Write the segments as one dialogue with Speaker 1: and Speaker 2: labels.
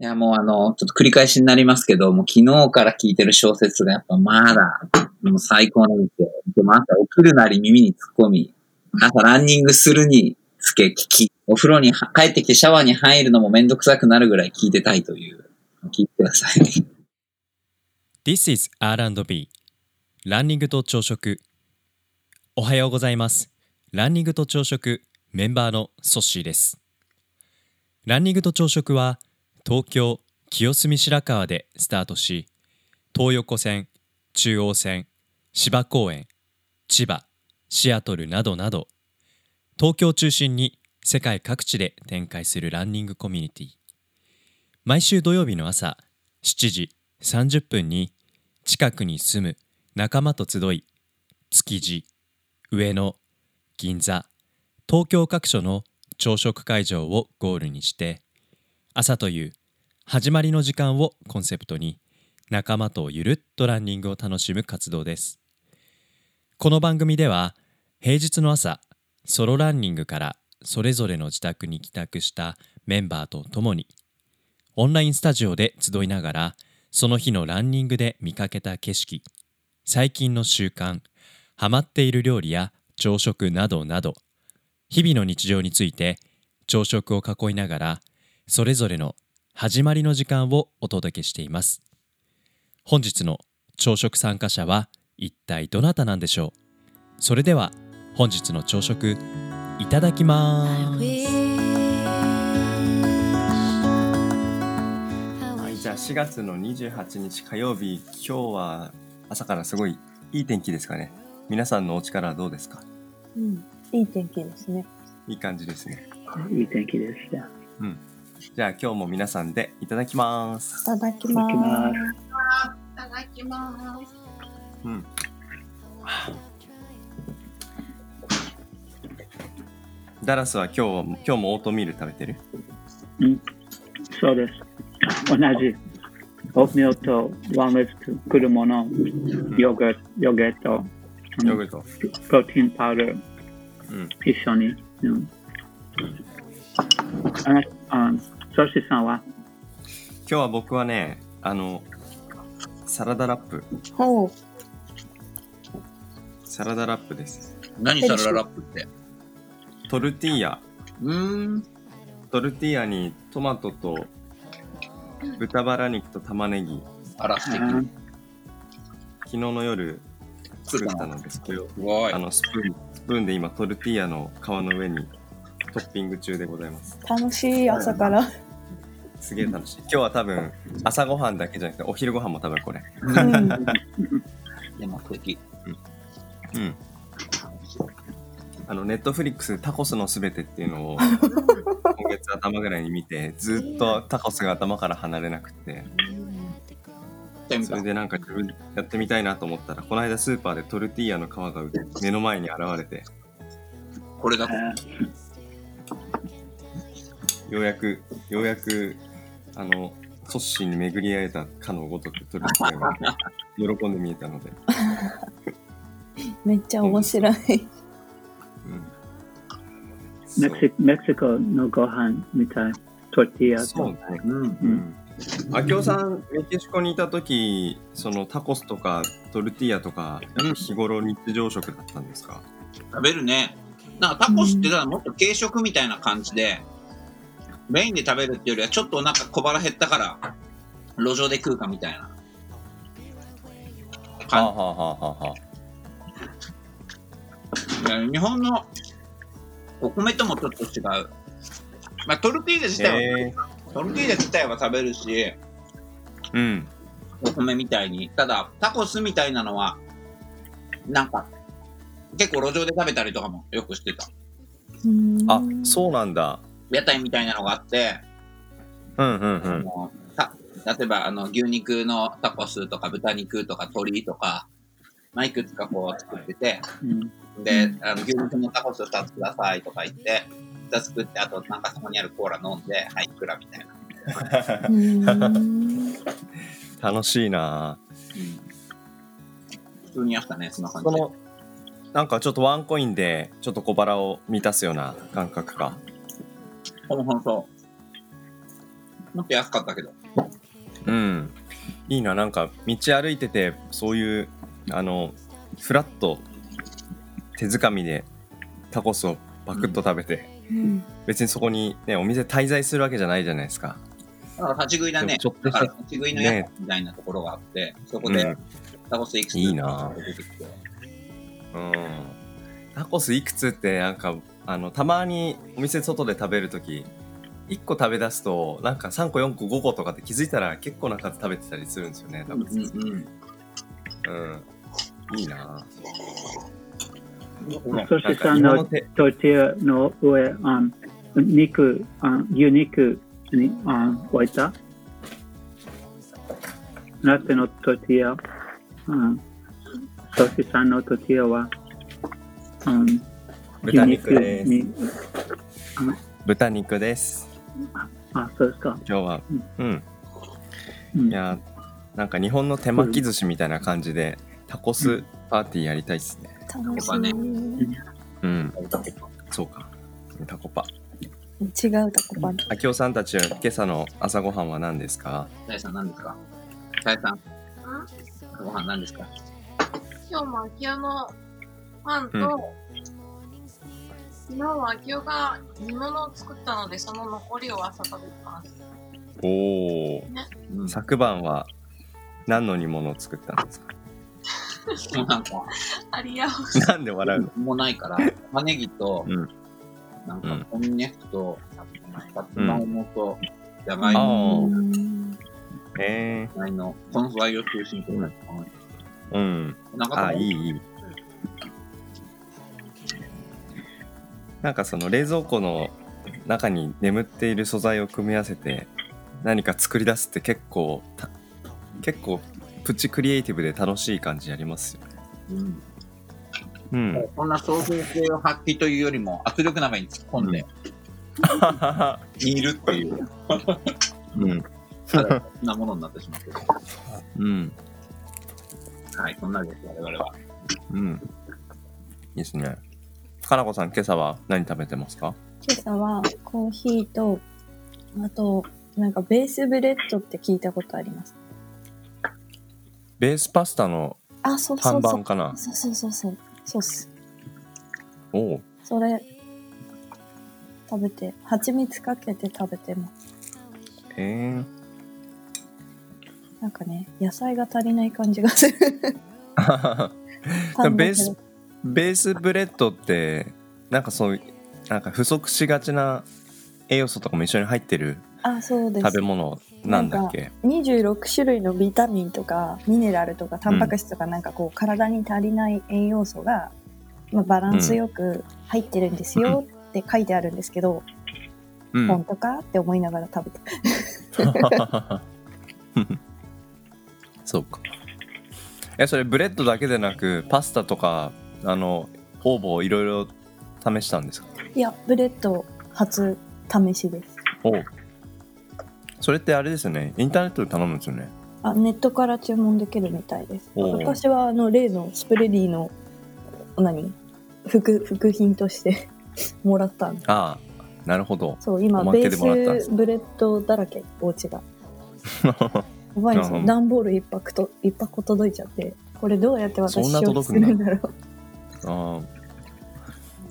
Speaker 1: いや、もうあの、ちょっと繰り返しになりますけど、もう昨日から聞いてる小説がやっぱまだ、もう最高なんですよ。でも朝起きるなり耳に突っ込み、朝ランニングするにつけ聞き、お風呂には帰ってきてシャワーに入るのもめんどくさくなるぐらい聞いてたいという、聞いてください。
Speaker 2: This is R&B ランニングと朝食おはようございますランニングと朝食メンバーのソッシーですランニングと朝食は東京清澄白河でスタートし東横線中央線芝公園千葉シアトルなどなど東京を中心に世界各地で展開するランニングコミュニティ毎週土曜日の朝7時30分に近くに住む仲間と集い築地上野銀座東京各所の朝食会場をゴールにして朝という始まりの時間をコンセプトに仲間とゆるっとランニングを楽しむ活動ですこの番組では平日の朝ソロランニングからそれぞれの自宅に帰宅したメンバーと共にオンラインスタジオで集いながらその日のランニングで見かけた景色最近の習慣ハマっている料理や朝食などなど日々の日常について朝食を囲いながらそれぞれの始まりの時間をお届けしています本日の朝食参加者は一体どなたなんでしょうそれでは本日の朝食いただきま
Speaker 3: I
Speaker 2: す
Speaker 3: wish.
Speaker 4: はい、じゃあ4月の28日火曜日、今日は朝からすごいいい天気ですかね。皆さんのお力はどうですか
Speaker 5: うん、いい天気ですね。
Speaker 4: いい感じですね。
Speaker 6: いい天気でした。
Speaker 4: じゃあ今日も皆さんでいただきます
Speaker 5: い。ただき
Speaker 6: いただ
Speaker 5: ま。
Speaker 6: きます
Speaker 7: いただきます。
Speaker 4: うん。ダラスは今日は今日もオートミール食べてる
Speaker 6: そうです。同じ。オートミールとワンレスとくるもの、ヨーグルト、ヨーグルト、うん
Speaker 4: ヨーグルト。
Speaker 6: プロテインパウダー
Speaker 4: うん。
Speaker 6: 一緒に。うん、あなあソシさんは
Speaker 4: 今日は僕はね、あの、サラダラップ。
Speaker 5: ほう。
Speaker 4: サラダラップです。
Speaker 1: 何サラダラップって。
Speaker 4: トルティーヤ。
Speaker 1: うーん。
Speaker 4: トルティーヤにトマトと豚バラ肉と玉ねぎ。
Speaker 1: あら、
Speaker 6: あ
Speaker 1: 素敵。
Speaker 6: ー
Speaker 4: 昨日の夜作ったのですけど、
Speaker 1: すごい
Speaker 4: あ。のスプーン、スプーンで今トルティーヤの皮の上にトッピング中でございます。
Speaker 5: 楽しい朝から。
Speaker 4: すげえ楽しい。今日は多分朝ごはんだけじゃなくてお昼ご飯も多分これ。
Speaker 5: うん。
Speaker 1: でも素敵。
Speaker 4: うん。あの、ネットフリックスタコスのすべてっていう のを今月頭ぐらいに見て、ずっとタコスが頭から離れなくて、それでなんか自分やってみたいなと思ったら、この間スーパーでトルティーヤの皮が目の前に現れて、
Speaker 1: これだと。
Speaker 6: あ
Speaker 4: ようやく、ようやく、あの、ソッシーに巡り会えたかのごとくトルティーヤが喜んで見えたので、
Speaker 5: めっちゃ面白い。
Speaker 4: うん。
Speaker 6: メキシメキシコのご飯みたい。トルティーヤ
Speaker 4: そうそ
Speaker 6: と
Speaker 4: う。だね。
Speaker 1: うん。
Speaker 6: うん
Speaker 4: あきおさん、メキシコにいた時そのタコスとかトルティーヤとか、やっぱ日頃日常食だったんですか、
Speaker 1: 食べるね。なんかタコスってだからもっと軽食みたいな感じで、メインで食べるっていうよりはちょっとなんか小腹減ったから、路上で食うかみたいな。
Speaker 4: はあ、はあはあはあは
Speaker 1: ね日本のお米ともちょっと違う。まあ、トルティーヤ自体は、
Speaker 4: えー、
Speaker 1: トルティーヤ自体は食べるし、
Speaker 4: うん。
Speaker 1: お米みたいに。ただ、タコスみたいなのは、なんか、結構路上で食べたりとかもよくしてた。
Speaker 4: あ、そうなんだ。
Speaker 1: 屋台みたいなのがあって、
Speaker 4: うんうんう
Speaker 1: あ
Speaker 4: ん。
Speaker 1: のた例えばあの牛肉のタコスとか豚肉とか鶏とか、まあ、いくつかこう作ってて、
Speaker 6: うん
Speaker 1: で、あの牛肉のタコス2つくださいとか言って、2つ作って、あとなんかそこにあるコーラ飲んで、はい、いくらみたいな。
Speaker 5: うん。
Speaker 4: 楽しいなぁ
Speaker 1: 普通にやったね、そんな感
Speaker 4: そ
Speaker 1: じで。
Speaker 4: の、なんかちょっとワンコインで、ちょっと小腹を満たすような感覚か。
Speaker 1: ほんほんそう。なんか安かったけど。
Speaker 4: うん。いいな、なんか、道歩いてて、そういう、あの、フラッと、手づかみでタコスをパクッと食べて、
Speaker 5: うん。
Speaker 4: 別にそこにね、お店滞在するわけじゃないじゃないですか。
Speaker 1: だから立ち食いだね。
Speaker 4: でもちょっと
Speaker 1: だ
Speaker 4: した
Speaker 1: から立ち食いのやつみたいなところがあって、そこ
Speaker 4: うん
Speaker 1: でタコスいくつ
Speaker 4: いいな
Speaker 1: 出てきて
Speaker 4: うん。タコスいくつって、なんか、あの、たまにお店外で食べるとき、1個食べ出すと、なんか3個、4個、5個とかって気づいたら結構な数食べてたりするんですよね、多分。
Speaker 1: うんうん。
Speaker 4: うん。いいな
Speaker 6: そ
Speaker 4: な
Speaker 6: し
Speaker 4: ん
Speaker 6: て、そ
Speaker 4: か今の
Speaker 6: の
Speaker 4: 手、
Speaker 6: トルティアの上、あ肉、あ牛肉にあ置いた。ナッツのトルティア、あソシさんのトルティアは、あ
Speaker 4: 豚肉です。
Speaker 6: に
Speaker 4: 豚肉です。
Speaker 6: あ、そうですか。
Speaker 4: 今日は、うん、
Speaker 6: うん
Speaker 4: いやーなんか日本の手巻き寿司みたいな感じでタコスパーティーやりたいっすね。
Speaker 5: 楽
Speaker 1: や
Speaker 5: し
Speaker 1: っぱね
Speaker 5: み。
Speaker 4: うん、そうか。タコパ。
Speaker 5: 違うタコパン。
Speaker 4: あきおさんたちは今朝の朝ごはんは何ですか？
Speaker 1: さやさん何ですかさやさん、ご飯何ですか
Speaker 7: 今日も秋代のパン
Speaker 4: う
Speaker 7: と、
Speaker 4: ん
Speaker 7: 昨日は秋代が煮物を作ったので、その残りを朝食べてます。
Speaker 4: おお。
Speaker 1: うん。さ
Speaker 4: 昨晩は何の煮物を作ったんですか？
Speaker 1: っきもなんか、
Speaker 7: ありや
Speaker 4: なんで笑うの？
Speaker 1: もうない から、玉ねぎと、
Speaker 4: うん
Speaker 1: なん
Speaker 4: うん
Speaker 1: か、こんにゃくと、さつまいもと、じゃがい
Speaker 4: あ
Speaker 1: も、
Speaker 5: うん
Speaker 4: え
Speaker 1: じゃがいの、この素材を中心とね、
Speaker 4: ー、うん。
Speaker 1: なんか、
Speaker 4: あいいいい。なんかその冷蔵庫の中に眠っている素材を組み合わせて何か作り出すって結構た結構プチクリエイティブで楽しい感じやりますよね。
Speaker 1: うん。
Speaker 4: うん。
Speaker 1: こんな創造性を発揮というよりも、圧力鍋に突っ込んで、煮るっていう、
Speaker 4: うん。
Speaker 1: ただそんなものになってしまうけど。
Speaker 4: うん。
Speaker 1: はい、そんなです、我々は。
Speaker 4: うん。いいですね。かなこさん、今朝は何食べてますか
Speaker 5: 今朝はコーヒーと、あと、なんかベースブレッドって聞いたことあります。
Speaker 4: ベースパスタの
Speaker 5: あ、そうそ
Speaker 4: 看
Speaker 5: うそう
Speaker 4: 板。かな
Speaker 5: そうそうそうそう。そうっす。
Speaker 4: おおう
Speaker 5: それ、食べて、蜂蜜かけて食べても、
Speaker 4: え ー、
Speaker 5: なんかね、野菜が足りない感じがする。
Speaker 4: でもベースベースブレッドってなんかそういうなんか不足しがちな栄養素とかも一緒に入ってる
Speaker 5: あ、そうです
Speaker 4: 食べ。物なんだっけ
Speaker 5: 26種類のビタミンとかミネラルとかタンパク質とかなんかこう体に足りない栄養素が、まあ、バランスよく入ってるんですよって書いてあるんですけど、
Speaker 4: うん
Speaker 5: 本当かって思いながら食べて
Speaker 4: そうかえそれブレッドだけでなくパスタとかあのほぼいろいろ試したんですか
Speaker 5: いやブレッド初試しです
Speaker 4: おうそれってあれですよねインターネットで頼むんですよね
Speaker 5: あネットから注文できるみたいです
Speaker 4: おう
Speaker 5: 私はあの例のスプレディの何副副品として もらったんで
Speaker 4: ああなるほ ど
Speaker 5: そう今
Speaker 4: おま
Speaker 5: ベ
Speaker 4: けでもらったん
Speaker 5: ー
Speaker 4: です
Speaker 5: スブレッドだらけお家がやばいんです
Speaker 4: あ
Speaker 5: よ
Speaker 4: あ
Speaker 5: 段ボール一泊と一箱届いちゃってこれどうやって私
Speaker 4: そんな
Speaker 5: 消費
Speaker 4: 届
Speaker 5: す
Speaker 4: くんだ
Speaker 5: るんだろう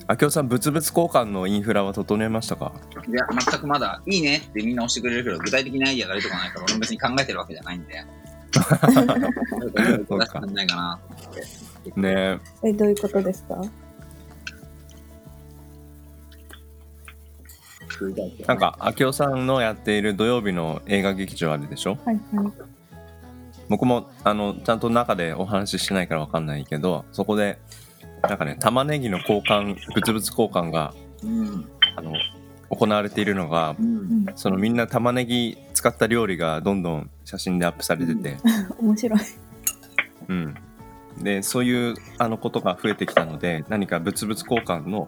Speaker 4: ああきおさん物々交換のインフラは整えましたか
Speaker 1: いや、全くまだ、いいねってみんな押してくれるけど、具体的なアイディアが出てこないから、俺も別に考えてるわけじゃないん で。
Speaker 4: そう
Speaker 1: 出して
Speaker 4: か
Speaker 1: くんないかな。
Speaker 4: ね
Speaker 5: えどういうことですか
Speaker 1: 食いたいけど
Speaker 4: なんかあきおさんのやっている土曜日の映画劇場あるでしょ
Speaker 5: はいはい
Speaker 4: 僕もあのちゃんと中でお話ししてないからわかんないけどそこでなんかね玉ねぎの交換物々交換が
Speaker 1: うん。
Speaker 4: あの行われているのが
Speaker 1: うん。
Speaker 4: そのみんな玉ねぎ使った料理がどんどん写真でアップされてて、
Speaker 5: 面白い
Speaker 4: うん、でそういうあのことが増えてきたので何か物々交換の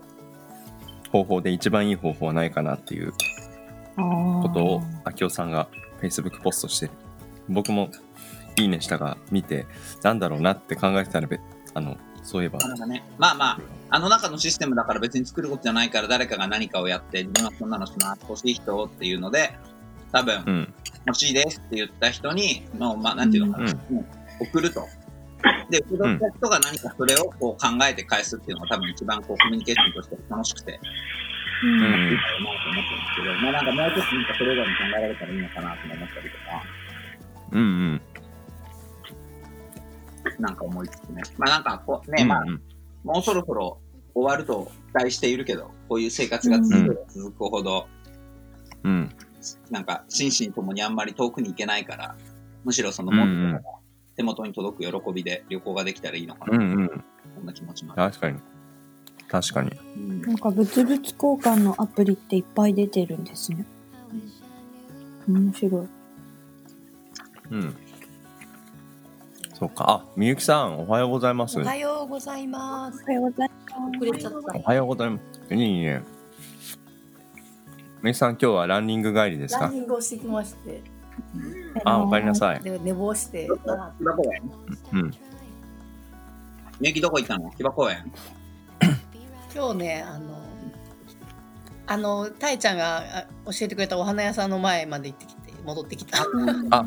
Speaker 4: 方法で一番いい方法はないかなっていうこ
Speaker 5: こと
Speaker 4: を明夫さんが Facebook ポストしてる僕も「いいね」したが見てなんだろうなって考えてたらべあのそういえば
Speaker 1: なんかね、まあまあ、あの中のシステムだから別に作ることじゃないから誰かが何かをやって、自分はこんなのします、欲しい人っていうので、多分、
Speaker 4: うん。
Speaker 1: 欲しいですって言った人に、まあ、まあ、なんていうのかな、うん送ると。で、受け取った人が何かそれをこう考えて返すっていうのが多分一番こうコミュニケーションとして楽しくて、
Speaker 4: う
Speaker 5: うん
Speaker 1: いい
Speaker 4: ん。
Speaker 1: かなと思ってるんですけど、まあなんかもうちょっとなんかそれぞれに考えられたらいいのかなと思ったりとか、
Speaker 4: うん。うん。
Speaker 1: なんか思いつつね。まあなんかこう、ね、まあ、もうそろそろ終わると期待しているけど、こういう生活が続けば続くほど、
Speaker 4: うん。
Speaker 1: なんか心身ともにあんまり遠くに行けないから、むしろそのもっとこう手元に届く喜びで旅行ができたらいいのかな、
Speaker 4: うん。うん。
Speaker 1: そんな気持ちもある。
Speaker 4: 確かに。確かに。
Speaker 1: うん
Speaker 5: なんか物々交換のアプリっていっぱい出てるんですね。面白い。
Speaker 4: うん。そうか。あ、みゆきさん、おはようございます。
Speaker 3: おはようございます。
Speaker 5: おはようござい
Speaker 3: 遅れちゃった
Speaker 4: お。はようございます。いいね。みゆきさん、今日はランニング帰りです
Speaker 3: ラ
Speaker 4: か
Speaker 3: ンニングをしてきまして、
Speaker 5: ます。
Speaker 4: あ、おかえりなさい。
Speaker 3: で寝坊して、あ
Speaker 1: 木場公園
Speaker 4: うん。
Speaker 1: みゆきどこ行ったの木場公園
Speaker 3: 今日ね、あの、あの、たいちゃんがあ教えてくれたお花屋さんの前まで行ってきて、戻ってきた。
Speaker 4: あ、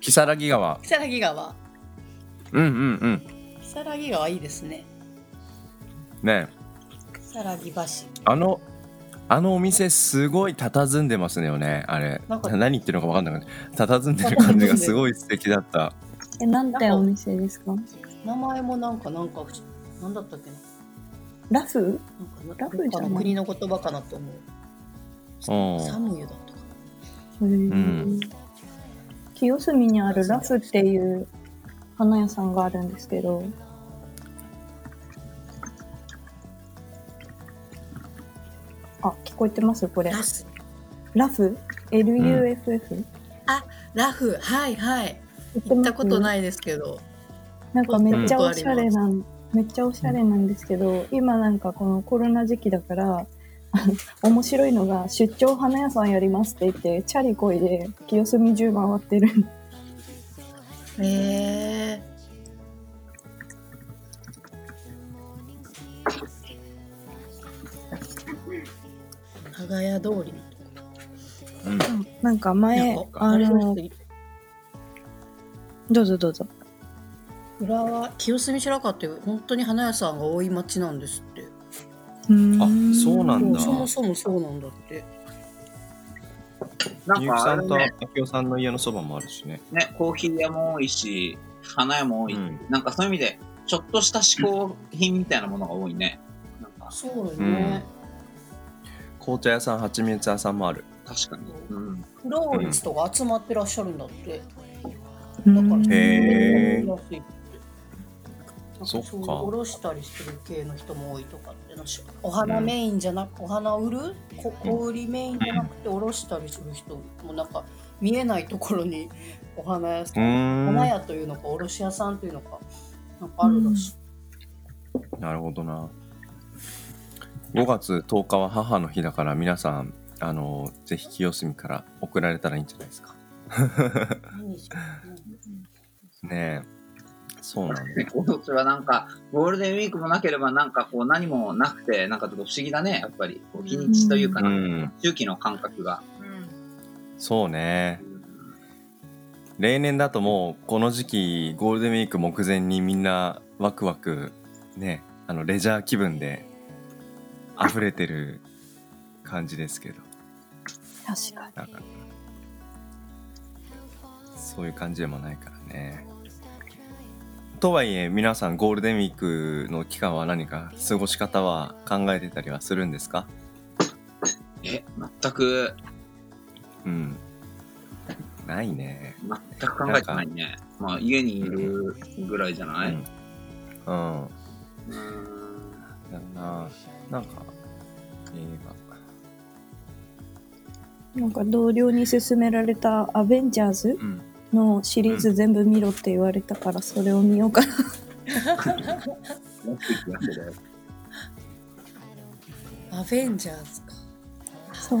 Speaker 4: きさらぎ川。
Speaker 3: 木更木川。
Speaker 4: うんうんうん。
Speaker 3: 木更木川いいですね。
Speaker 4: ねえ
Speaker 3: 木更木橋。
Speaker 4: あの、あのお店すごい佇んでますねよね、あれ。
Speaker 3: なんか
Speaker 4: 何言ってるのか分かんなくな佇んでる感じがすごい素敵だった。
Speaker 5: え、なんてお店ですか
Speaker 3: 名前もなんか、なんか、なんだったっけな。
Speaker 5: ラフ
Speaker 3: なんか、
Speaker 5: ラ
Speaker 3: な
Speaker 5: フじ
Speaker 3: んか
Speaker 5: ゃない
Speaker 3: の国の言葉かなと思う。
Speaker 4: おー
Speaker 3: サムユだったかな。
Speaker 5: へー清澄にあるラフっていう花屋さんがあるんですけど、あ、聞こえてますこれ。
Speaker 3: ラス
Speaker 5: ラフ ?L-U-F-F?、
Speaker 3: ラフ、はいはい。
Speaker 5: ます
Speaker 3: 行ったことないですけど。
Speaker 5: なんかめっちゃおしゃれな、めっちゃおしゃれなんですけど、今なんかこのコロナ時期だから、あの面白いのが出張花屋さんやりますって言って、チャリこいで清澄中回ってる。
Speaker 3: へえ。長屋通りのとこ。
Speaker 4: うん
Speaker 5: なんか前
Speaker 3: なん、か
Speaker 5: あ
Speaker 3: れ
Speaker 5: の、どうぞどうぞ。
Speaker 3: 浦和清澄白河っていう本当に花屋さんが多い町なんですって。
Speaker 4: あ、そうなんだ。
Speaker 3: そもそもそうなんだって。
Speaker 1: な
Speaker 4: み
Speaker 1: ん
Speaker 4: ゆき
Speaker 1: か
Speaker 4: さ
Speaker 1: あれ
Speaker 4: んと
Speaker 1: ね
Speaker 4: あきおさんの家のそばもあるしね。
Speaker 1: ね、コーヒー屋も多いし、花屋も多い、
Speaker 4: うん
Speaker 1: なんかそういう意味で、ちょっとした嗜好品みたいなものが多いね。なんか
Speaker 3: そうよね。
Speaker 4: 紅茶屋さん、蜂蜜屋さんもある。
Speaker 1: 確かに。うん。
Speaker 3: フローリストが集まってらっしゃるんだって。
Speaker 5: うん
Speaker 3: だから
Speaker 4: へー
Speaker 3: なんか
Speaker 4: そっか
Speaker 3: そういうおろしたりしてる系の人も多いとかってのしお花メインじゃなく、お花売るこ小売りメインじゃなくておろしたりする人もなんか見えないところにお花屋
Speaker 4: う
Speaker 3: さん、
Speaker 4: ーん。
Speaker 3: 花屋というのかおろし屋さんというのかなんかあるらしい、
Speaker 4: なるほどな。5月10日は母の日だから皆さん、あの、ぜひ清澄から送られたらいいんじゃないですか。
Speaker 3: 何しようね
Speaker 4: ねえ。そうなんだ。
Speaker 1: 今年はなんか、ゴールデンウィークもなければ、なんかこう何もなくて、なんかちょっと不思議だね、やっぱり。こう日にちというか、
Speaker 4: うん。
Speaker 1: 周期の感覚が。
Speaker 7: うん。
Speaker 4: そうね。例年だともうこの時期ゴールデンウィーク目前にみんなワクワクねあのレジャー気分で溢れてる感じですけど
Speaker 5: 確かに。
Speaker 4: なんかそういう感じでもないからね。とはいえ皆さんゴールデンウィークの期間は何か過ごし方は考えてたりはするんですか
Speaker 1: え、全く、
Speaker 4: うん。ないね。
Speaker 1: 全く考えてないね。まあ家にいるぐらいじゃない、
Speaker 4: うん。うん
Speaker 1: うん
Speaker 4: だな。なんか、映
Speaker 5: なんか同僚に勧められたアベンジャーズ
Speaker 4: 画。うん。
Speaker 5: のシリーズ全部見ろって言われたから、それを見よ うかな。
Speaker 1: 持っていくやつで
Speaker 3: アベンジャーズか
Speaker 5: そう。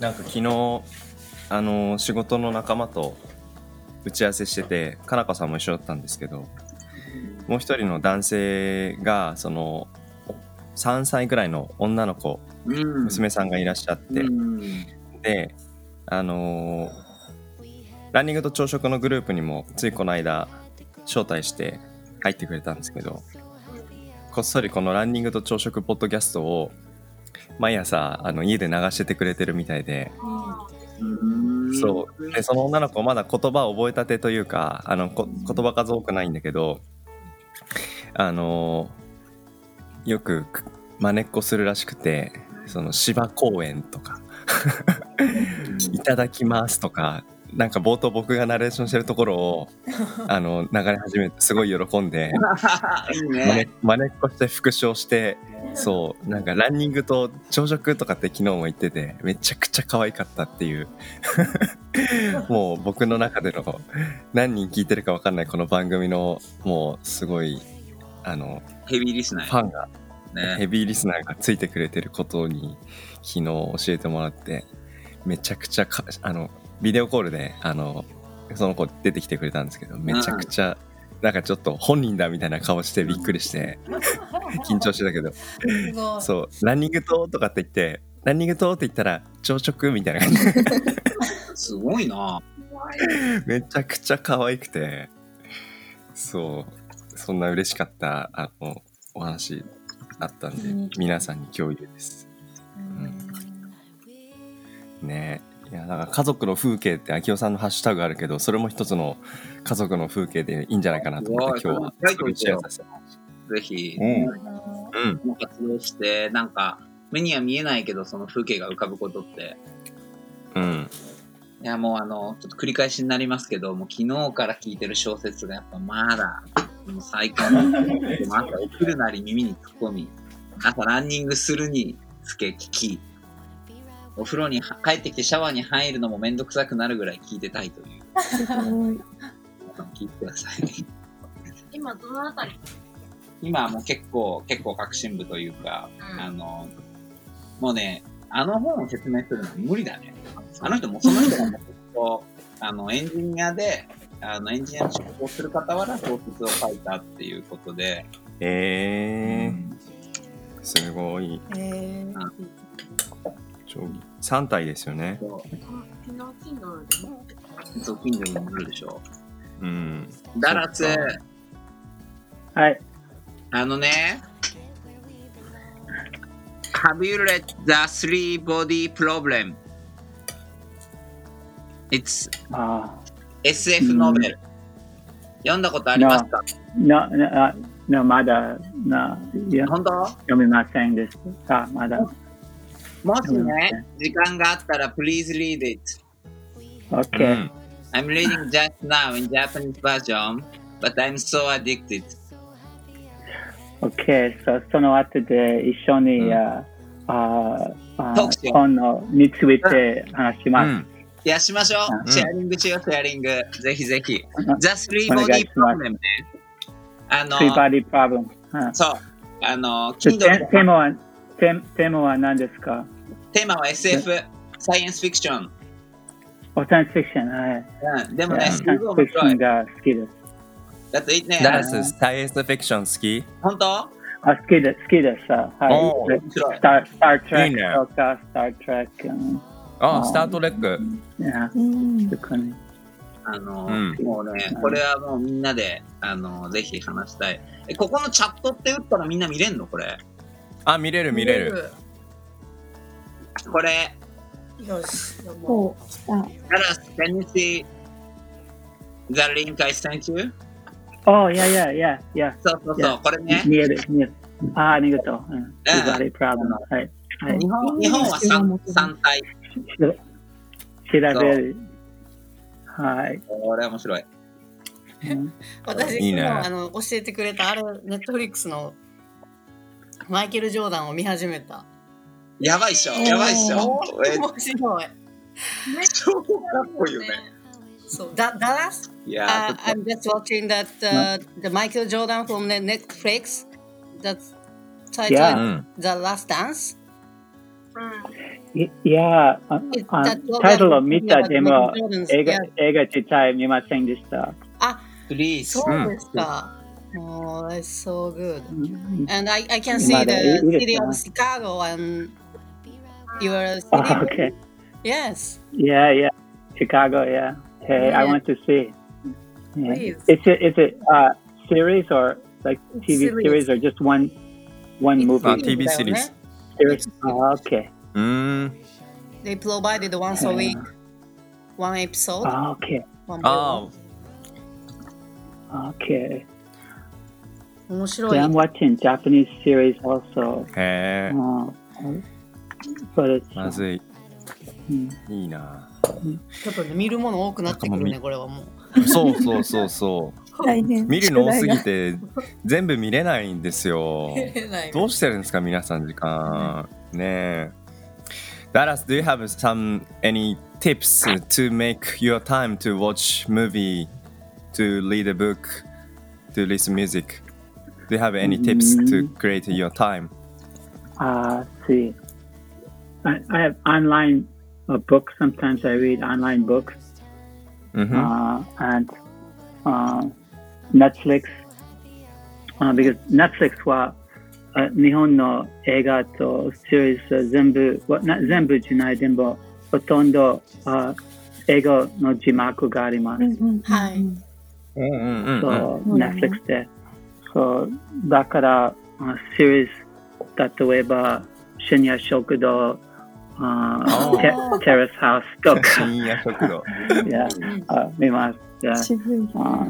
Speaker 4: なんか昨日、あの仕事の仲間と打ち合わせしてて、かなかさんも一緒だったんですけど、もう一人の男性がその3歳ぐらいの女の子
Speaker 1: うん。
Speaker 4: 娘さんがいらっしゃって、
Speaker 1: うん。
Speaker 4: であのーランニングと朝食のグループにもついこの間招待して入ってくれたんですけどこっそりこのランニングと朝食ポッドキャストを毎朝あの家で流しててくれてるみたいで
Speaker 7: あ
Speaker 1: うん
Speaker 4: そうでその女の子まだ言葉を覚えたてというかあのこ言葉数多くないんだけどあのーよくくまねっこするらしくてその芝公園とか「いただきます」とかなんか冒頭僕がナレーションしてるところをあの流れ始めてすごい喜んで
Speaker 1: いい
Speaker 4: まね
Speaker 1: ね。
Speaker 4: まねっこして復唱してそうなんかランニングと朝食とかって昨日も言っててめちゃくちゃ可愛かったっていうもう僕の中での何人聞いてるか分かんないこの番組のもうすごいあの
Speaker 1: ヘビーリスナー
Speaker 4: ファンが
Speaker 1: やね。
Speaker 4: ヘビーリスナーがついてくれてることに昨日教えてもらってめちゃくちゃかあのビデオコールであのその子出てきてくれたんですけどめちゃくちゃ、なんかちょっと本人だみたいな顔してびっくりして緊張してたけど
Speaker 3: すごい
Speaker 4: そう、ランニングととかって言って、ランニングとって言ったら、朝食みたいな感じ。
Speaker 1: すごいな。
Speaker 7: ー怖い
Speaker 4: めちゃくちゃ可愛くて、そう、そんな嬉しかった、あの、お話あったん
Speaker 3: う
Speaker 4: で
Speaker 3: ん、
Speaker 4: 皆さんに共有です。ねいや、なんか家族の風景って、秋夫さんのハッシュタグあるけど、それも一つの家族の風景でいいんじゃないかなと思って、
Speaker 1: う
Speaker 4: 今
Speaker 1: わ
Speaker 4: 日は
Speaker 1: 書いておいて
Speaker 4: シェ
Speaker 1: よ
Speaker 4: アさせてもらいました。
Speaker 1: ぜひ、
Speaker 4: うん
Speaker 3: な
Speaker 4: うん、
Speaker 1: の活動して、なんか、目には見えないけど、その風景が浮かぶことって。
Speaker 4: うん、
Speaker 1: いや、もうあの、ちょっと繰り返しになりますけど、もう昨日から聞いてる小説がやっぱまだ、もう最高なんですよでも朝送るなり耳に突っ込み、朝ランニングするにつけ聞き、お風呂には帰ってきてシャワーに入るのもめんどくさくなるぐらい聞いてたいという。
Speaker 5: すごい。
Speaker 1: 聞いてください。
Speaker 7: 今どのあたり
Speaker 1: 今はもう結構、結構革新部というか、
Speaker 7: うん
Speaker 1: あの、もうね、あの本を説明するのは無理だね。あの人も、その人がもうずっと、 あの、エンジニアで、あの、エンジニアの仕事をする傍ら、小説を書いたっていうことで、
Speaker 4: えー、すごい。
Speaker 3: えー
Speaker 4: ちょ3体ですよね。
Speaker 1: そう
Speaker 7: 昨日金ドルでも
Speaker 1: そう近所にもあるでしょ
Speaker 4: うん。
Speaker 1: う。ダラツ、
Speaker 6: はい。
Speaker 1: あのね、Have you read the three body problem? It's
Speaker 6: あ
Speaker 1: SF novel.、読んだことありますか、
Speaker 6: な、な、あな、まだ、な、いや、
Speaker 1: 本当
Speaker 6: 読みませんです。あ、まだ。
Speaker 1: もしね、時間があったら、please read it.
Speaker 6: OK。
Speaker 1: I'm reading just now in Japanese version, but I'm so addicted.
Speaker 6: OK。そその後で一緒
Speaker 4: うん
Speaker 6: に、あああ
Speaker 1: トークしよう
Speaker 6: 本のについて話し
Speaker 4: う
Speaker 6: ます。
Speaker 4: ん。
Speaker 1: いや、しましょう。
Speaker 4: うん
Speaker 1: シェアリングしよう、シェアリング。ぜひぜひ。
Speaker 6: ん
Speaker 1: The Three
Speaker 6: お願い
Speaker 1: Body
Speaker 6: します
Speaker 1: Problem ね。あの
Speaker 6: フ、リーバディプラブム。うん
Speaker 1: そう。あの、
Speaker 6: で
Speaker 1: Kindle
Speaker 6: テテーマは、テテーマは何ですか
Speaker 1: テーマは SF、サイエンスフィクション。
Speaker 6: おサイエンスフィクション。はい。
Speaker 1: うん、でも
Speaker 4: い
Speaker 1: ね、
Speaker 4: や
Speaker 1: す
Speaker 6: サイエン
Speaker 1: ご
Speaker 6: ス
Speaker 1: い面
Speaker 6: フィクショ
Speaker 1: 白
Speaker 6: ン
Speaker 1: い。
Speaker 6: が好きです。
Speaker 1: だってね、
Speaker 4: ダラス、サイエンスフィクション好
Speaker 1: 本当
Speaker 6: あ、好きです。好きです。あ
Speaker 4: お
Speaker 6: はい
Speaker 4: ー。
Speaker 1: 面白い
Speaker 6: ス。ター、スタートレ
Speaker 4: いいね
Speaker 6: ックとか、スタートレック。うん
Speaker 4: きああ、スタートレック。
Speaker 6: いや
Speaker 5: うん。
Speaker 6: 特に
Speaker 1: あの、
Speaker 4: うん
Speaker 1: もうね、これはもうみんなで、あの、ぜひ話したい。え、ここのチャットって打ったらみんな見れんのこれ。
Speaker 4: あ、見れる見れる。
Speaker 1: これ、
Speaker 3: よしじゃあも
Speaker 5: そう、来た。
Speaker 1: Dallas, can you see the link I sent you?
Speaker 6: おいやいやいやいや。
Speaker 1: そうそう
Speaker 6: い
Speaker 1: そう
Speaker 6: や、
Speaker 1: これね、
Speaker 6: 見える、見える。あ、ありがとう。うん。フリーバディプラブム。はい。はい。
Speaker 1: 日本日本は三三体。
Speaker 6: 調べる。 はい。
Speaker 1: これ面白い。
Speaker 6: うん
Speaker 3: う私
Speaker 4: いいね
Speaker 3: 昨日あの教えてくれたあれネットフリックスのマイケル・ジョーダンを見始めた。
Speaker 1: やばいっしょ、やばいっしょ。え、
Speaker 3: 面白い。
Speaker 1: 超かっこいいよね。
Speaker 3: そうダダラス
Speaker 1: いや
Speaker 3: Uh,
Speaker 1: ー、ちょっ
Speaker 3: I'm just watching that uh, the Michael Jordan from the Netflix. That's titled
Speaker 6: Yeah.
Speaker 4: うん。
Speaker 3: The Last Dance.
Speaker 7: う
Speaker 6: いいや、あ
Speaker 3: It-
Speaker 6: あ
Speaker 3: that was-
Speaker 6: タイトルを見
Speaker 3: yeah,
Speaker 6: た
Speaker 3: that
Speaker 6: でも
Speaker 3: Michael Jordan's-
Speaker 6: 映画
Speaker 3: yeah.
Speaker 6: 映画自体見ませんでした。
Speaker 1: と、プリーズ
Speaker 3: そ。うですか。 Oh, that's so good.
Speaker 6: Mm.
Speaker 3: And I, I can see
Speaker 6: Mara,
Speaker 3: the
Speaker 6: it- it is
Speaker 3: city of
Speaker 6: nice.
Speaker 3: Chicago and your city.
Speaker 6: Ah, okay.
Speaker 3: Yes.
Speaker 6: Yeah, yeah. Chicago, yeah. Hey, I
Speaker 3: Yeah.
Speaker 6: want to see. Yeah.
Speaker 3: Please.
Speaker 6: It's a, it's a uh, series or like TV
Speaker 3: Series.
Speaker 6: series, or just one one movie.
Speaker 4: あ TV シリーズ
Speaker 6: Series? Ah, okay.
Speaker 4: うーん。
Speaker 3: They provided once a week, one episode.
Speaker 6: Ah, okay.
Speaker 3: one by
Speaker 4: あ
Speaker 6: Okay.
Speaker 3: one. 面
Speaker 6: Yeah,
Speaker 3: 白
Speaker 6: I'm
Speaker 3: い。
Speaker 6: watching Japanese series also.
Speaker 4: あ。へえ。
Speaker 6: Uh, but it's
Speaker 4: まずい。
Speaker 6: うん
Speaker 4: いいな。
Speaker 3: ちょっとね、見るもの多くなってくる
Speaker 4: なんか
Speaker 3: ね、これはもう。
Speaker 4: そうそうそうそう。
Speaker 5: 大変。
Speaker 4: 見るの多すぎ
Speaker 5: 宿
Speaker 4: て全部見れないんですよ。どうしてるんですか皆さん時間。ねえ。Dallas, do you have some any tips to make your time to watch movie, to read a book, to listen music? Do you have any tips to create your time?
Speaker 6: Uh, let's see, I, I have online uh, books. Sometimes I read online books
Speaker 4: うんふん
Speaker 6: uh, and uh, Netflix uh, because Netflix uh, はあ日本の映画とシリーズは全部わな全部じゃないでもほとんどあ英語の字幕があります。
Speaker 5: うんうん
Speaker 3: はい
Speaker 4: うんうんうんうん。
Speaker 6: そうう、
Speaker 5: ん
Speaker 6: Netflix で。そう、だから、あシリーズ、例えば、深夜食堂、あ
Speaker 4: あ
Speaker 6: テテラスハウスとか、
Speaker 4: 深夜食堂。
Speaker 6: いやあ見ます。
Speaker 5: 渋い。
Speaker 6: あ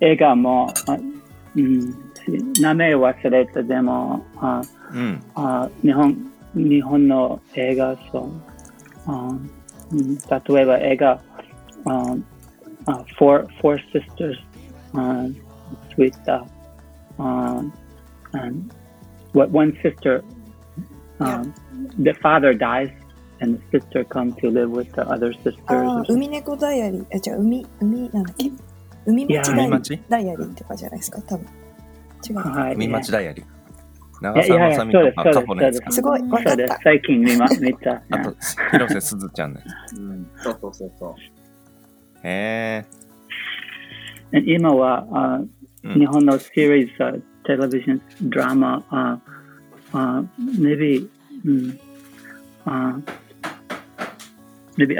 Speaker 6: え映画も、あうん、名前忘れたでも、あ
Speaker 4: うん。
Speaker 6: あ日本日本の映画そうあうん Uh, mm, 例えば映画ああ uh, Four, Four Sisters あ with the あ and what one sister あ the father dies and the sister comes to live with the other sisters
Speaker 5: あ
Speaker 6: or
Speaker 5: あ、海猫ダイアリー。え、じゃあ、海、海なんだっけ海町ダイ
Speaker 4: 海町
Speaker 5: ダイアリーとかじゃないですか、多分。違う。
Speaker 6: はい
Speaker 4: 海町ダイアリー。長
Speaker 6: いや
Speaker 4: 澤ま
Speaker 6: いやいや
Speaker 4: さみ
Speaker 6: そうで
Speaker 4: とか
Speaker 6: すそう
Speaker 4: カホの
Speaker 6: です
Speaker 4: やつ
Speaker 6: そう
Speaker 4: か
Speaker 6: です
Speaker 5: ごい、わか
Speaker 6: そ
Speaker 5: っ
Speaker 6: うです
Speaker 5: た。
Speaker 6: 最近見ま見た
Speaker 4: あと、広瀬すずちゃんのや
Speaker 1: うん、そうそうそうそう。
Speaker 4: つ。へえ。
Speaker 6: 今はあ
Speaker 4: うん
Speaker 6: 日本のシリーズ、uh, television drama, uh, uh, maybe, うん、uh, maybe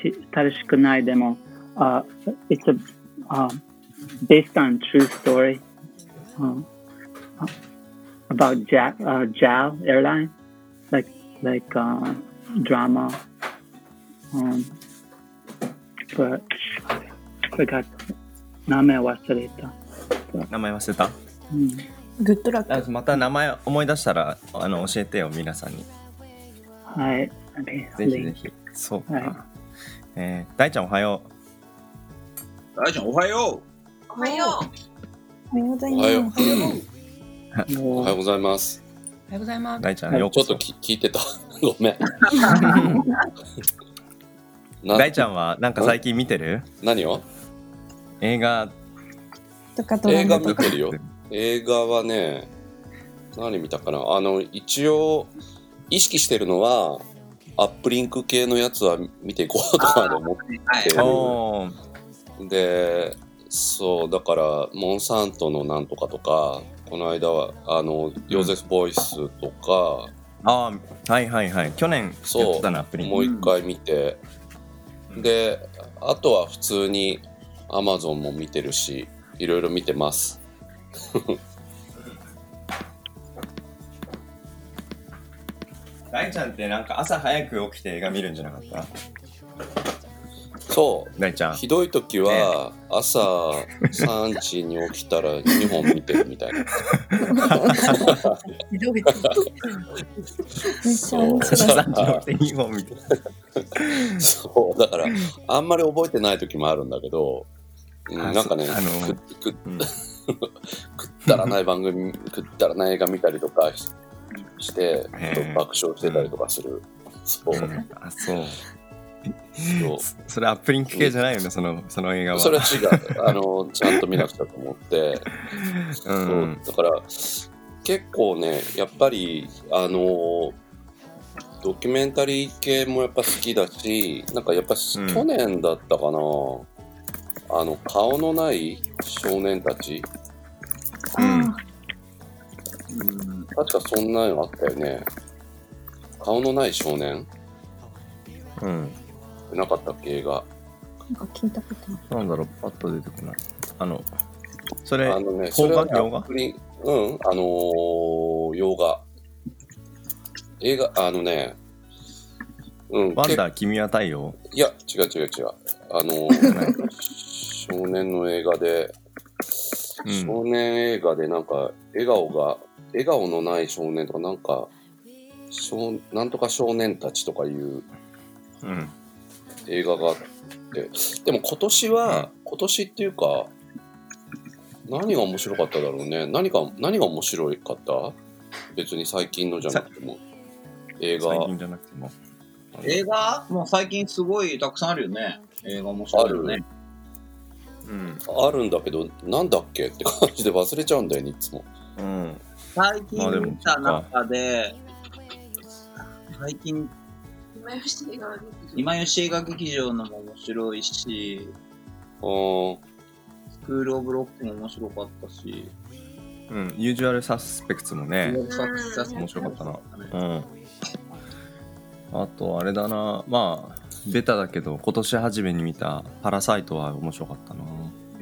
Speaker 6: 新しい新しくないでも、uh, it's a, uh, based on true story uh, about JAL, uh, JAL airline, like like uh, drama. Um, but forgot 名前忘れた。
Speaker 4: 名前忘れた
Speaker 6: うん
Speaker 5: グッドラッ
Speaker 4: あ
Speaker 5: ク。
Speaker 4: また名前思い出したらあの教えてよ皆さんに
Speaker 6: はい。
Speaker 4: ぜ
Speaker 6: ぜ
Speaker 4: ひぜひそうか、
Speaker 6: はい
Speaker 4: えー、大ちゃんおはよ
Speaker 1: 大ちゃん、おはよ
Speaker 7: おはよう。
Speaker 5: おはようござい
Speaker 8: おはよう
Speaker 5: ます。
Speaker 6: ひ。
Speaker 8: お
Speaker 6: も
Speaker 8: はよう
Speaker 6: う、
Speaker 8: ございます。
Speaker 3: おはようございま
Speaker 4: う
Speaker 3: す。
Speaker 4: 大ちゃん
Speaker 6: はい
Speaker 4: よう
Speaker 8: ちょ
Speaker 4: こ
Speaker 8: っと
Speaker 4: そ
Speaker 8: き聞いてた。 ごめん。な
Speaker 4: 大ちゃんはなんか最近見てる
Speaker 8: 何を
Speaker 4: 映画
Speaker 5: とかドラ
Speaker 8: 映
Speaker 5: マ
Speaker 8: 画
Speaker 5: と
Speaker 8: 見
Speaker 5: か
Speaker 8: て。るよ。映画はね、何見たかなあの、一応、意識してるのは、アップリンク系のやつは見ていこうとか思っ
Speaker 1: う。はい。
Speaker 8: て
Speaker 4: おー
Speaker 8: でそうだからモンサントのなんとかとかこの間はあのヨーゼフ・ボイスとか、
Speaker 4: あーはいはいはい去年や
Speaker 8: そう
Speaker 4: ってたなアプリ
Speaker 8: もう一回見て、
Speaker 4: うん
Speaker 8: であとは普通にアマゾンも見てるしいろいろ見てます
Speaker 4: 大ちゃんってなんか朝早く起きて映画見るんじゃなかった
Speaker 8: そ
Speaker 4: 大ちゃ
Speaker 8: うんひどい時は朝3時に起きたら2本見てるみた いな
Speaker 3: ひどい
Speaker 5: めっちゃ面
Speaker 8: そう
Speaker 5: 白い。
Speaker 4: 3時起きて2本見て
Speaker 8: そうだからあんまり覚えてない時もあるんだけど、うん
Speaker 4: あ
Speaker 8: なんかね
Speaker 4: そうあの
Speaker 8: くく
Speaker 4: うん
Speaker 8: くったらない番 組、くったらない映画見たりとかしして、
Speaker 4: ええ
Speaker 8: 爆笑してたりとかする。そう。
Speaker 4: うんあ そう
Speaker 8: そう
Speaker 4: そそれアップリンク系じゃないよねそのその映画は
Speaker 8: それは違う。あの、ちゃんと見なくちゃと思って。
Speaker 4: う
Speaker 8: そ
Speaker 4: ん
Speaker 8: うだから、結構ね、やっぱり、あの、ドキュメンタリー系もやっぱ好きだし、なんかやっぱし、
Speaker 4: うん
Speaker 8: 去年だったかな、あの、顔のない少年たち確かそんなのあったよね。顔のない少年
Speaker 4: うん。
Speaker 8: なかったっけ映画。
Speaker 5: なんか聞いたことない。
Speaker 4: なんだろう、パッと出てこない。あの、そ
Speaker 8: あ
Speaker 4: れ、
Speaker 8: のね、
Speaker 4: 邦画
Speaker 8: それはね
Speaker 4: 洋画
Speaker 8: 本当にうん、あのー、洋画。映画、あのね、うん、
Speaker 4: ワンダー、君は太陽
Speaker 8: けいや、違う違う違う。あの ー、少年の映画で、
Speaker 4: うん
Speaker 8: 少年映画でなんか、笑顔が、笑顔のない少年とか、なんか、少なんとか少年たちとかいう
Speaker 4: うん。
Speaker 8: 映画があって、でも今年は、今年っていうか、何が面白かっただろうね。何が、何が面白かった別に最近のじゃなくても。映画
Speaker 4: 最近じゃなくても。
Speaker 9: 映画もう最近すごいたくさんあるよね。映画面白いよね。
Speaker 4: うん。
Speaker 8: あるんだけど、なんだっけって感じで忘れちゃうんだよね、いつも。
Speaker 4: うん。
Speaker 9: 最近
Speaker 4: まあでも
Speaker 9: 見た中で、最近、
Speaker 7: 今吉映画は出てる
Speaker 9: 今吉映画劇場のも面白いし、
Speaker 8: あー
Speaker 9: スクール・オブ・ロックも面白かったし、
Speaker 4: うん。ユージュアルサスペクツもね、面白かったな。うん。あと、あれだな、まあ、ベタだけど、今年初めに見たパラサイトは面白かったな。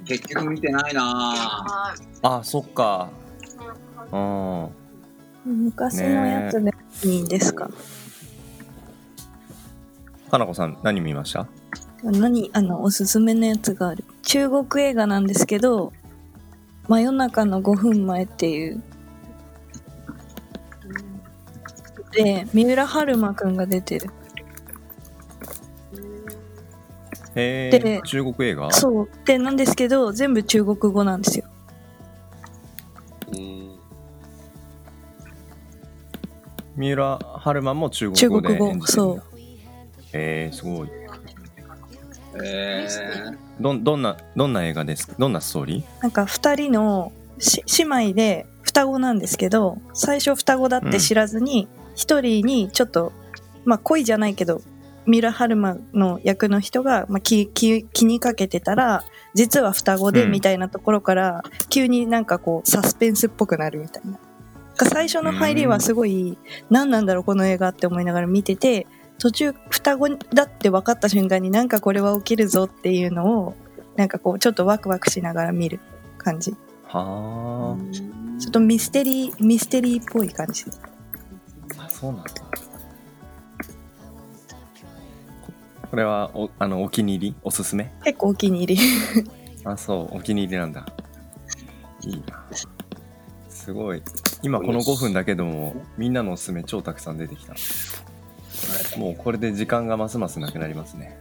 Speaker 9: 結局見てないなぁ。
Speaker 7: はい
Speaker 4: あ、そっか。うん。
Speaker 5: 昔のやつでいいんですか、
Speaker 4: かなこさん、何見ました
Speaker 5: 何あのおすすめのやつがある中国映画なんですけど「真夜中の5分前」っていうで三浦春馬くんが出てる
Speaker 4: へ
Speaker 5: で
Speaker 4: え、中国映画
Speaker 5: そうでなんですけど全部中国語なんですよ
Speaker 8: うん。
Speaker 4: 三浦春馬も中
Speaker 5: 中
Speaker 4: 国語
Speaker 5: 国
Speaker 4: で
Speaker 5: 語
Speaker 4: 演じてるんだ。へえ、すごい。
Speaker 9: え
Speaker 4: どんどんなどんな映画ですかどんなストーリー
Speaker 5: なんか2人のし姉妹で双子なんですけど最初双子だって知らずに1人にちょっと、まあ恋じゃないけど三浦春馬の役の人が、まあ、気気気にかけてたら実は双子で
Speaker 4: うん
Speaker 5: みたいなところから、急になんかこうサスペンスっぽくなるみたいな。なんか最初の入りはすごい何なんだろうこの映画って思いながら見てて途中双子だって分かった瞬間になんかこれは起きるぞっていうのをなんかこうちょっとワクワクしながら見る感じ
Speaker 4: は
Speaker 5: ちょっとミステリーミステリーっぽい感じ
Speaker 4: あそうなんだこれはおあのお気に入りおすすめ
Speaker 5: 結構お気に入り
Speaker 4: あそうお気に入りなんだいいなすごい今この5分だけでもみんなのおすすめ超たくさん出てきたもうこれで時間がますますなくなりますね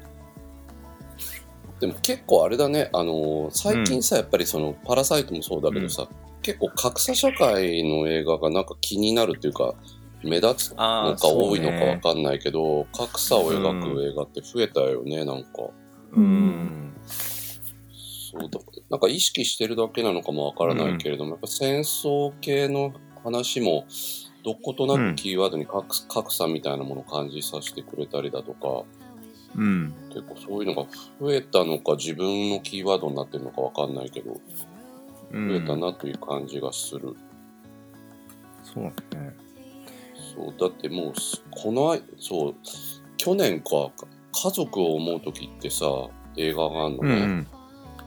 Speaker 8: でも結構あれだね、あのー最近さ、やっぱりその、パラサイトもそうだけどさ、結構格差社会の映画がなんか気になるっていうか、目立つ
Speaker 4: あ
Speaker 8: のか多いのかわかんないけど、格差を描く映画って増えたよね、なんか。
Speaker 4: う
Speaker 5: うんん
Speaker 8: そうだなんか意識してるだけなのかもわからないけれども、やっぱ戦争系の話も、どことなくキーワードに格,、格差みたいなものを感じさせてくれたりだとか、
Speaker 4: うん
Speaker 8: 結構そういうのが増えたのか、自分のキーワードになってるのかわかんないけど、
Speaker 4: う
Speaker 8: 増え
Speaker 4: ん
Speaker 8: たなという感じがする。
Speaker 4: そうだね
Speaker 8: そうだってもうすこの間そう去年か家族を思う時ってさ映画があるの
Speaker 4: うんう
Speaker 8: ね、
Speaker 4: ん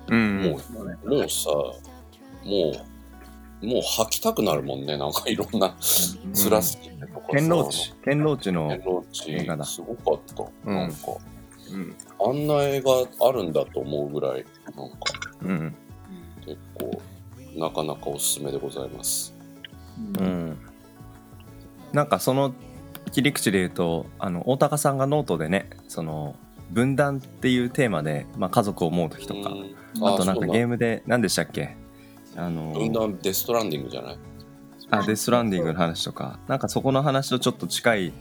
Speaker 4: うん
Speaker 8: もうもうさもうもう吐きたくなるもんねなんかいろんな辛すぎてとかさ
Speaker 4: 天狼地天狼地
Speaker 8: あの
Speaker 4: の
Speaker 8: 天狼
Speaker 4: 映画だ
Speaker 8: 地すごかった、
Speaker 4: うん
Speaker 8: なんか
Speaker 4: うん
Speaker 8: あんな映画あるんだと思うぐらいなんか
Speaker 4: うん
Speaker 8: 結構なかなかおすすめでございます
Speaker 4: うん、なんかその切り口で言うとあの大高さんがノートでねその分断っていうテーマで、まあ、家族を思う時とか、
Speaker 8: うん
Speaker 4: あとなん
Speaker 8: そ
Speaker 4: か
Speaker 8: うだ
Speaker 4: ゲームで何でしたっけあの
Speaker 8: 分断デストランディングじゃない
Speaker 4: あデストランディングの話とかなんかそこの話とちょっと近い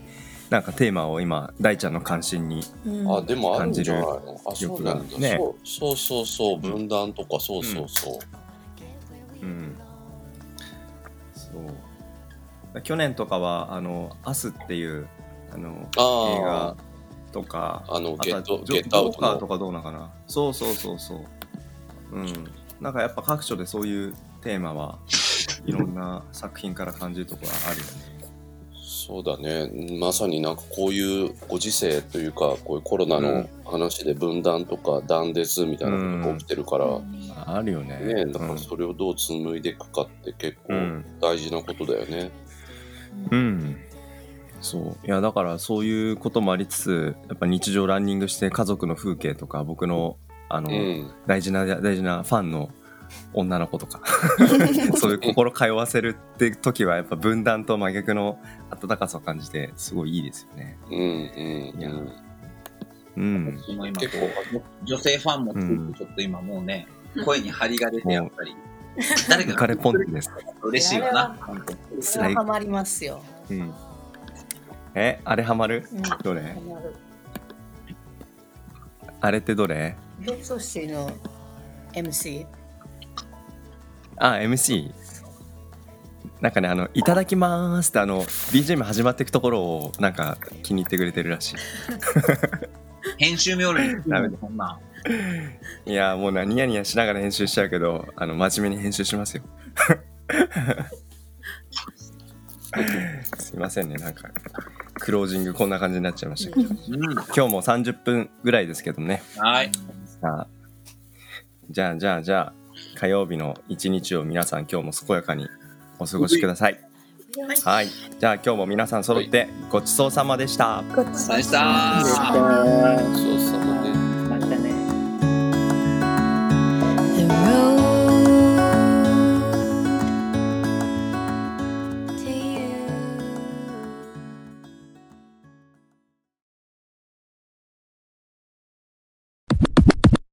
Speaker 4: なんかテーマを今大ちゃんの関心に
Speaker 8: あ、でもあるんじゃないの
Speaker 4: 感
Speaker 8: あ、
Speaker 4: じる
Speaker 8: そうなんだ。
Speaker 4: 欲がね
Speaker 8: そうそうそうそう、分断とか、そうそうそう。
Speaker 4: うんそう去年とかは「あのアスっていうあの映
Speaker 8: あ
Speaker 4: 画とか
Speaker 8: あ、あの、
Speaker 4: あと
Speaker 8: ゲ
Speaker 4: は
Speaker 8: ット、
Speaker 4: ジョ
Speaker 8: ゲットアウ
Speaker 4: ジョーカーと
Speaker 8: ト
Speaker 4: かどうなのかなそうそうそうそううんなんかやっぱ各所でそういうテーマはいろんな作品から感じるところあるよね。
Speaker 8: そうだね、まさになんかこういうご時世というか、こういうコロナの話で分断とか断絶みたいなことが起きてるから、
Speaker 4: あるよね。
Speaker 8: ね、だからそれをどう紡いでいくかって結構大事なことだよね。
Speaker 4: うん。そういやだからそういうこともありつつやっぱ日常ランニングして家族の風景とか僕のあの、
Speaker 8: うん。
Speaker 4: 大事な大事なファンの女の子 とかそういう心通わせるって時はやっぱ分断と真逆の温かさを感じてすごいいいですよね。
Speaker 8: うんうん
Speaker 4: いや
Speaker 8: うん
Speaker 4: うん、
Speaker 9: その今
Speaker 8: 結
Speaker 9: 結
Speaker 8: 構
Speaker 9: 構女性ファンもついてちょっと今もうね、
Speaker 7: うん
Speaker 9: 声に張りが出てやっぱり誰
Speaker 4: 浮
Speaker 9: か
Speaker 4: か
Speaker 9: が
Speaker 4: れポンです。
Speaker 9: 嬉しいわな。
Speaker 3: それはハマりますよ。
Speaker 4: うん、えあれハマる
Speaker 3: うん
Speaker 4: ど
Speaker 3: ハマ
Speaker 4: れ
Speaker 3: る。
Speaker 4: あれってどれ
Speaker 3: ヨッソシの MC。
Speaker 4: あ MC なんかねあの「いただきまーす」ってあの BGM 始まっていくところをなんか気に入ってくれてるらし
Speaker 9: 編集冥利に尽きるんだそんなん
Speaker 4: いいやーもうなニヤニヤしながら編集しちゃうけどあの真面目に編集しますよ すいませんねなんかクロージングこんな感じになっちゃいましたけど
Speaker 9: うん。
Speaker 4: 今日も30分ぐらいですけどね
Speaker 9: はい。
Speaker 4: さあじゃあじゃあじゃあ火曜日の一日を皆さん今日も健やかにお過ごしくださいは
Speaker 7: はい
Speaker 4: いじゃあ今日も皆さん揃ってごちそうさまでした、
Speaker 5: ごちそう
Speaker 6: Ah,
Speaker 9: さよなら
Speaker 7: あー
Speaker 6: eh,
Speaker 8: ごちそうさま